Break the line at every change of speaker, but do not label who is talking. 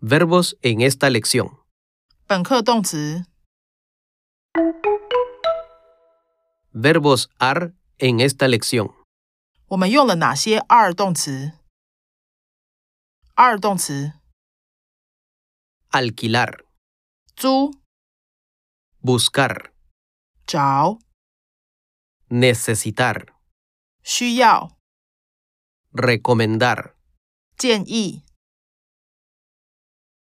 Verbos en esta lección.
本课动词
Verbos are en esta lección.
我们用了哪些 are 动词？are 动词
Alquilar,
租、
buscar,
找、
necesitar,
需要、
recomendar,
建议、